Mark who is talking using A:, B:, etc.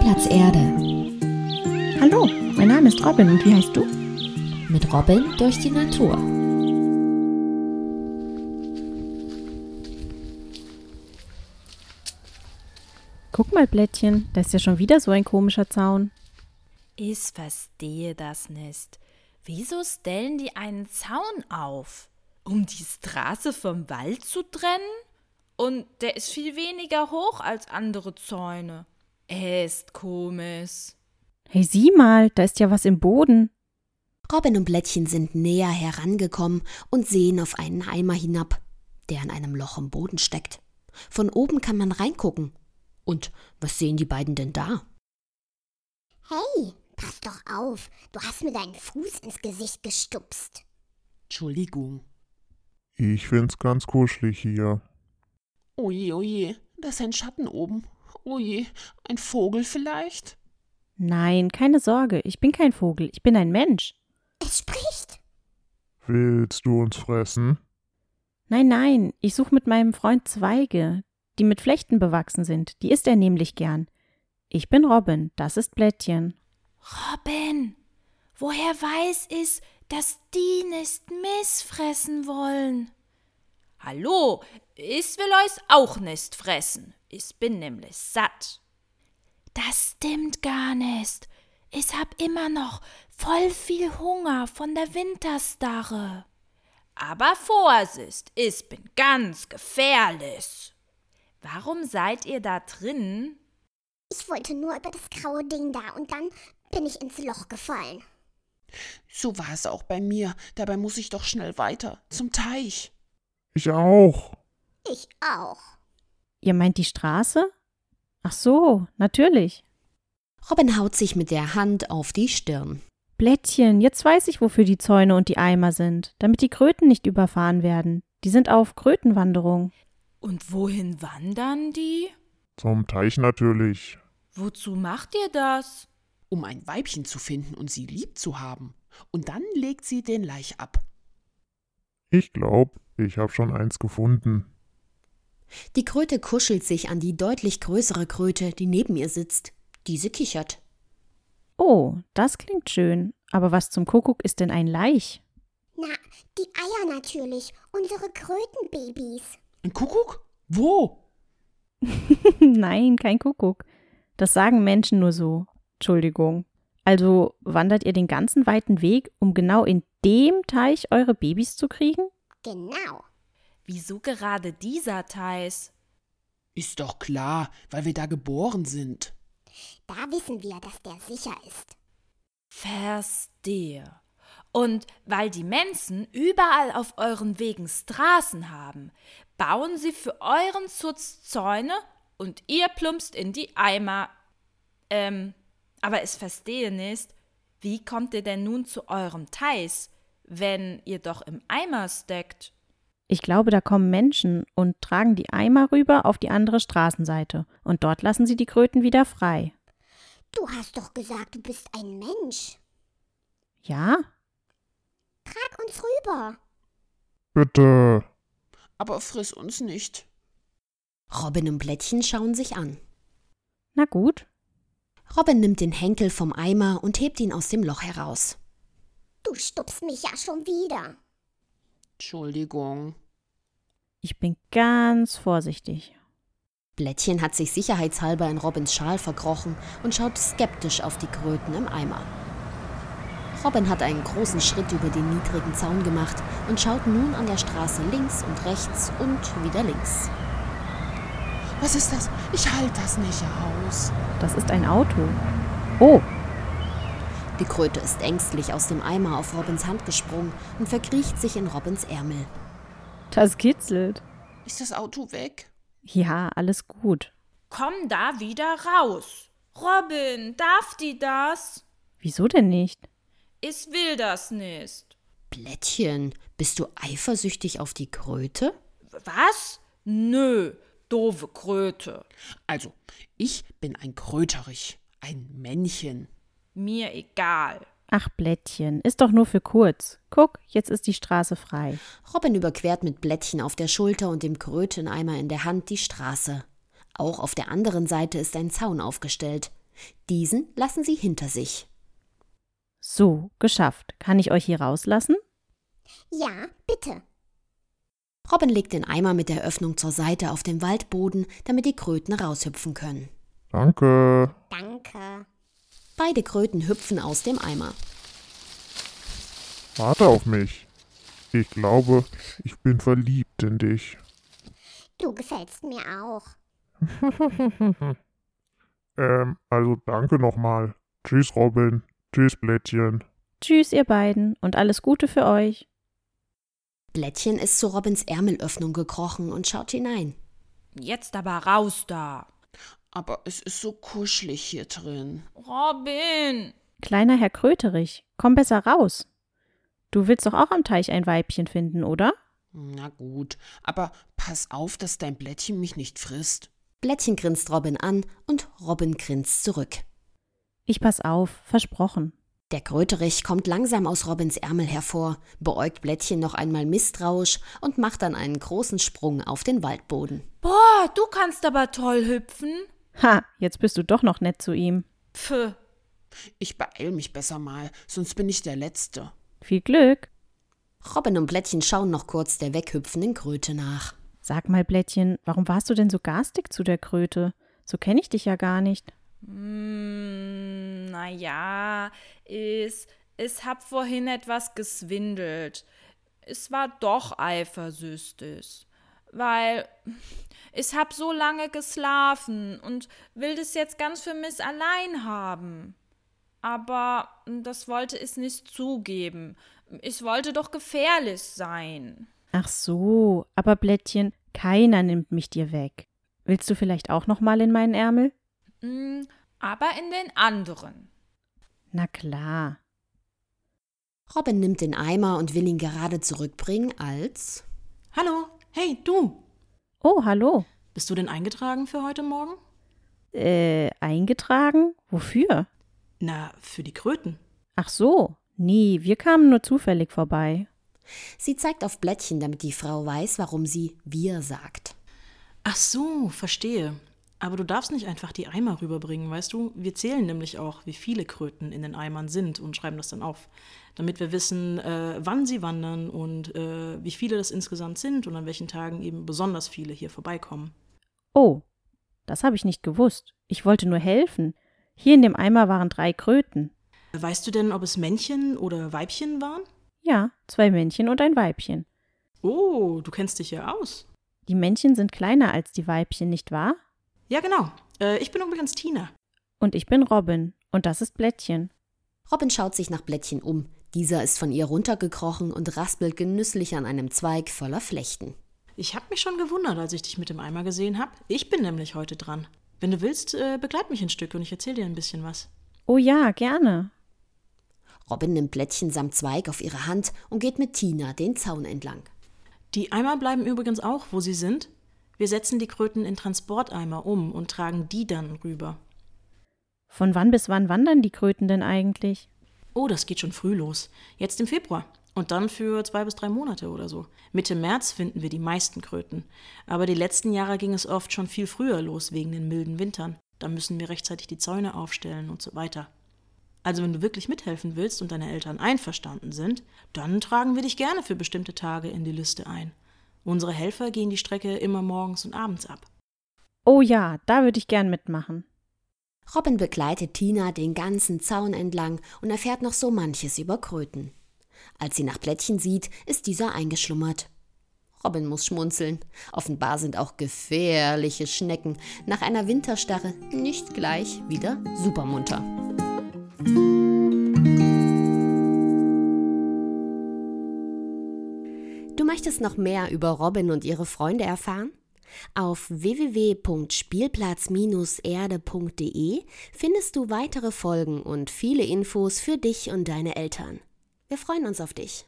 A: Platz Erde.
B: Hallo, mein Name ist Robin und wie heißt du?
A: Mit Robin durch die Natur.
B: Guck mal, Blättchen, da ist ja schon wieder so ein komischer Zaun.
C: Ich verstehe das nicht. Wieso stellen die einen Zaun auf? Um die Straße vom Wald zu trennen? Und der ist viel weniger hoch als andere Zäune. Ist komisch.
B: Hey, sieh mal, da ist ja was im Boden.
D: Robin und Blättchen sind näher herangekommen und sehen auf einen Eimer hinab, der an einem Loch im Boden steckt. Von oben kann man reingucken. Und was sehen die beiden denn da?
E: Hey, pass doch auf. Du hast mir deinen Fuß ins Gesicht gestupst.
F: Entschuldigung.
G: Ich find's ganz kuschelig hier.
F: Oje, oje, da ist ein Schatten oben. Oje, ein Vogel vielleicht?
B: Nein, keine Sorge, ich bin kein Vogel, ich bin ein Mensch.
E: Es spricht.
G: Willst du uns fressen?
B: Nein, nein, ich suche mit meinem Freund Zweige, die mit Flechten bewachsen sind, die isst er nämlich gern. Ich bin Robin, das ist Blättchen.
C: Robin, woher weiß ich, dass die nicht mich fressen wollen? Hallo, ich will euch auch nicht fressen. Ich bin nämlich satt. Das stimmt gar nicht. Ich hab immer noch voll viel Hunger von der Winterstarre. Aber Vorsicht, ich bin ganz gefährlich. Warum seid ihr da drin?
E: Ich wollte nur über das graue Ding da und dann bin ich ins Loch gefallen.
F: So war es auch bei mir. Dabei muss ich doch schnell weiter. Zum Teich.
G: Ich auch.
E: Ich auch.
B: Ihr meint die Straße? Ach so, natürlich.
D: Robin haut sich mit der Hand auf die Stirn.
B: Blättchen, jetzt weiß ich, wofür die Zäune und die Eimer sind, damit die Kröten nicht überfahren werden. Die sind auf Krötenwanderung.
C: Und wohin wandern die?
G: Zum Teich natürlich.
C: Wozu macht ihr das?
F: Um ein Weibchen zu finden und sie lieb zu haben. Und dann legt sie den Laich ab.
G: Ich glaub, ich hab schon eins gefunden.
D: Die Kröte kuschelt sich an die deutlich größere Kröte, die neben ihr sitzt. Diese kichert.
B: Oh, das klingt schön. Aber was zum Kuckuck ist denn ein Laich?
E: Na, die Eier natürlich. Unsere Krötenbabys.
F: Ein Kuckuck? Wo?
B: Nein, kein Kuckuck. Das sagen Menschen nur so. Entschuldigung. Also wandert ihr den ganzen weiten Weg, um genau in dem Teich eure Babys zu kriegen?
E: Genau.
C: Wieso gerade dieser Teich?
F: Ist doch klar, weil wir da geboren sind.
E: Da wissen wir, dass der sicher ist.
C: Verstehe. Und weil die Menschen überall auf euren Wegen Straßen haben, bauen sie für euren Schutz Zäune und ihr plumpst in die Eimer. Ähm, aber ich verstehe nicht, wie kommt ihr denn nun zu eurem Teich, wenn ihr doch im Eimer steckt?
B: Ich glaube, da kommen Menschen und tragen die Eimer rüber auf die andere Straßenseite. Und dort lassen sie die Kröten wieder frei.
E: Du hast doch gesagt, du bist ein Mensch.
B: Ja?
E: Trag uns rüber.
G: Bitte.
F: Aber friss uns nicht.
D: Robin und Blättchen schauen sich an.
B: Na gut.
D: Robin nimmt den Henkel vom Eimer und hebt ihn aus dem Loch heraus.
E: Du stupst mich ja schon wieder.
F: Entschuldigung.
B: Ich bin ganz vorsichtig.
D: Blättchen hat sich sicherheitshalber in Robins Schal verkrochen und schaut skeptisch auf die Kröten im Eimer. Robin hat einen großen Schritt über den niedrigen Zaun gemacht und schaut nun an der Straße links und rechts und wieder links.
F: Was ist das? Ich halte das nicht aus.
B: Das ist ein Auto. Oh,
D: Die Kröte ist ängstlich aus dem Eimer auf Robins Hand gesprungen und verkriecht sich in Robins Ärmel.
B: das kitzelt.
F: Ist das Auto weg?
B: Ja, alles gut.
C: Komm da wieder raus. Robin, darf die das?
B: Wieso denn nicht?
C: Ich will das nicht.
D: Blättchen, bist du eifersüchtig auf die Kröte?
C: Was? Nö, doofe Kröte.
F: Also, ich bin ein Kröterich, ein Männchen.
C: Mir egal.
B: Ach, Blättchen, ist doch nur für kurz. Guck, jetzt ist die Straße frei.
D: Robin überquert mit Blättchen auf der Schulter und dem Kröteneimer in der Hand die Straße. Auch auf der anderen Seite ist ein Zaun aufgestellt. Diesen lassen sie hinter sich.
B: So, geschafft. Kann ich euch hier rauslassen?
E: Ja, bitte.
D: Robin legt den Eimer mit der Öffnung zur Seite auf den Waldboden, damit die Kröten raushüpfen können.
G: Danke.
E: Danke.
D: Beide Kröten hüpfen aus dem Eimer.
G: Warte auf mich. Ich glaube, ich bin verliebt in dich.
E: Du gefällst mir auch.
G: Ähm, also danke nochmal. Tschüss, Robin. Tschüss, Blättchen.
B: Tschüss, ihr beiden, und alles Gute für euch.
D: Blättchen ist zu Robins Ärmelöffnung gekrochen und schaut hinein.
C: Jetzt aber raus da.
F: Aber es ist so kuschelig hier drin.
C: Robin!
B: Kleiner Herr Kröterich, komm besser raus. Du willst doch auch am Teich ein Weibchen finden, oder?
F: Na gut, aber pass auf, dass dein Blättchen mich nicht frisst.
D: Blättchen grinst Robin an und Robin grinst zurück.
B: Ich pass auf, versprochen.
D: Der Kröterich kommt langsam aus Robins Ärmel hervor, beäugt Blättchen noch einmal misstrauisch und macht dann einen großen Sprung auf den Waldboden.
C: Boah, du kannst aber toll hüpfen.
B: Ha, jetzt bist du doch noch nett zu ihm.
C: Pff,
F: Ich beeil mich besser mal, sonst bin ich der Letzte.
B: Viel Glück.
D: Robin und Blättchen schauen noch kurz der weghüpfenden Kröte nach.
B: Sag mal, Blättchen, warum warst du denn so garstig zu der Kröte? So kenne ich dich ja gar nicht.
C: mm, na ja, es, es hab vorhin etwas geswindelt. Es war doch eifersüchtig, weil ich hab so lange geschlafen und will das jetzt ganz für mich allein haben. Aber das wollte es nicht zugeben. Ich wollte doch gefährlich sein.
B: Ach so, aber Blättchen, keiner nimmt mich dir weg. Willst du vielleicht auch noch mal in meinen Ärmel?
C: Mm, aber in den anderen.
B: Na klar.
D: Robin nimmt den Eimer und will ihn gerade zurückbringen, als
H: Hallo, hey du,
B: Oh, hallo.
H: bist du denn eingetragen für heute Morgen?
B: Äh, eingetragen? Wofür?
H: Na, für die Kröten.
B: Ach so. Nee, wir kamen nur zufällig vorbei.
D: sie zeigt auf Blättchen, damit die Frau weiß, warum sie wir sagt.
H: Ach so, verstehe. Aber du darfst nicht einfach die Eimer rüberbringen, weißt du? Wir zählen nämlich auch, wie viele Kröten in den Eimern sind und schreiben das dann auf, damit wir wissen, äh, wann sie wandern und äh, wie viele das insgesamt sind und an welchen Tagen eben besonders viele hier vorbeikommen.
B: Oh, das habe ich nicht gewusst. Ich wollte nur helfen. Hier in dem Eimer waren drei Kröten.
H: Weißt du denn, ob es Männchen oder Weibchen waren?
B: Ja, zwei Männchen und ein Weibchen.
H: Oh, du kennst dich ja aus.
B: Die Männchen sind kleiner als die Weibchen, nicht wahr?
H: Ja, genau. Äh, ich bin übrigens Tina.
B: Und ich bin Robin. Und das ist Blättchen.
D: Robin schaut sich nach Blättchen um. Dieser ist von ihr runtergekrochen und raspelt genüsslich an einem Zweig voller Flechten.
H: Ich habe mich schon gewundert, als ich dich mit dem Eimer gesehen habe. Ich bin nämlich heute dran. Wenn du willst, äh, begleit mich ein Stück und ich erzähle dir ein bisschen was.
B: Oh ja, gerne.
D: Robin nimmt Blättchen samt Zweig auf ihre Hand und geht mit Tina den Zaun entlang.
H: Die Eimer bleiben übrigens auch, wo sie sind. Wir setzen die Kröten in Transporteimer um und tragen die dann rüber.
B: Von wann bis wann wandern die Kröten denn eigentlich?
H: Oh, das geht schon früh los. Jetzt im Februar. Und dann für zwei bis drei Monate oder so. Mitte März finden wir die meisten Kröten. Aber die letzten Jahre ging es oft schon viel früher los wegen den milden Wintern. Da müssen wir rechtzeitig die Zäune aufstellen und so weiter. Also wenn du wirklich mithelfen willst und deine Eltern einverstanden sind, dann tragen wir dich gerne für bestimmte Tage in die Liste ein. Unsere Helfer gehen die Strecke immer morgens und abends ab.
B: Oh ja, da würde ich gern mitmachen.
D: Robin begleitet Tina den ganzen Zaun entlang und erfährt noch so manches über Kröten. Als sie nach Blättchen sieht, ist dieser eingeschlummert. Robin muss schmunzeln. Offenbar sind auch gefährliche Schnecken nach einer Winterstarre nicht gleich wieder supermunter. Du möchtest noch mehr über Robin und ihre Freunde erfahren? Auf www.spielplatz-erde.de findest du weitere Folgen und viele Infos für dich und deine Eltern. Wir freuen uns auf dich.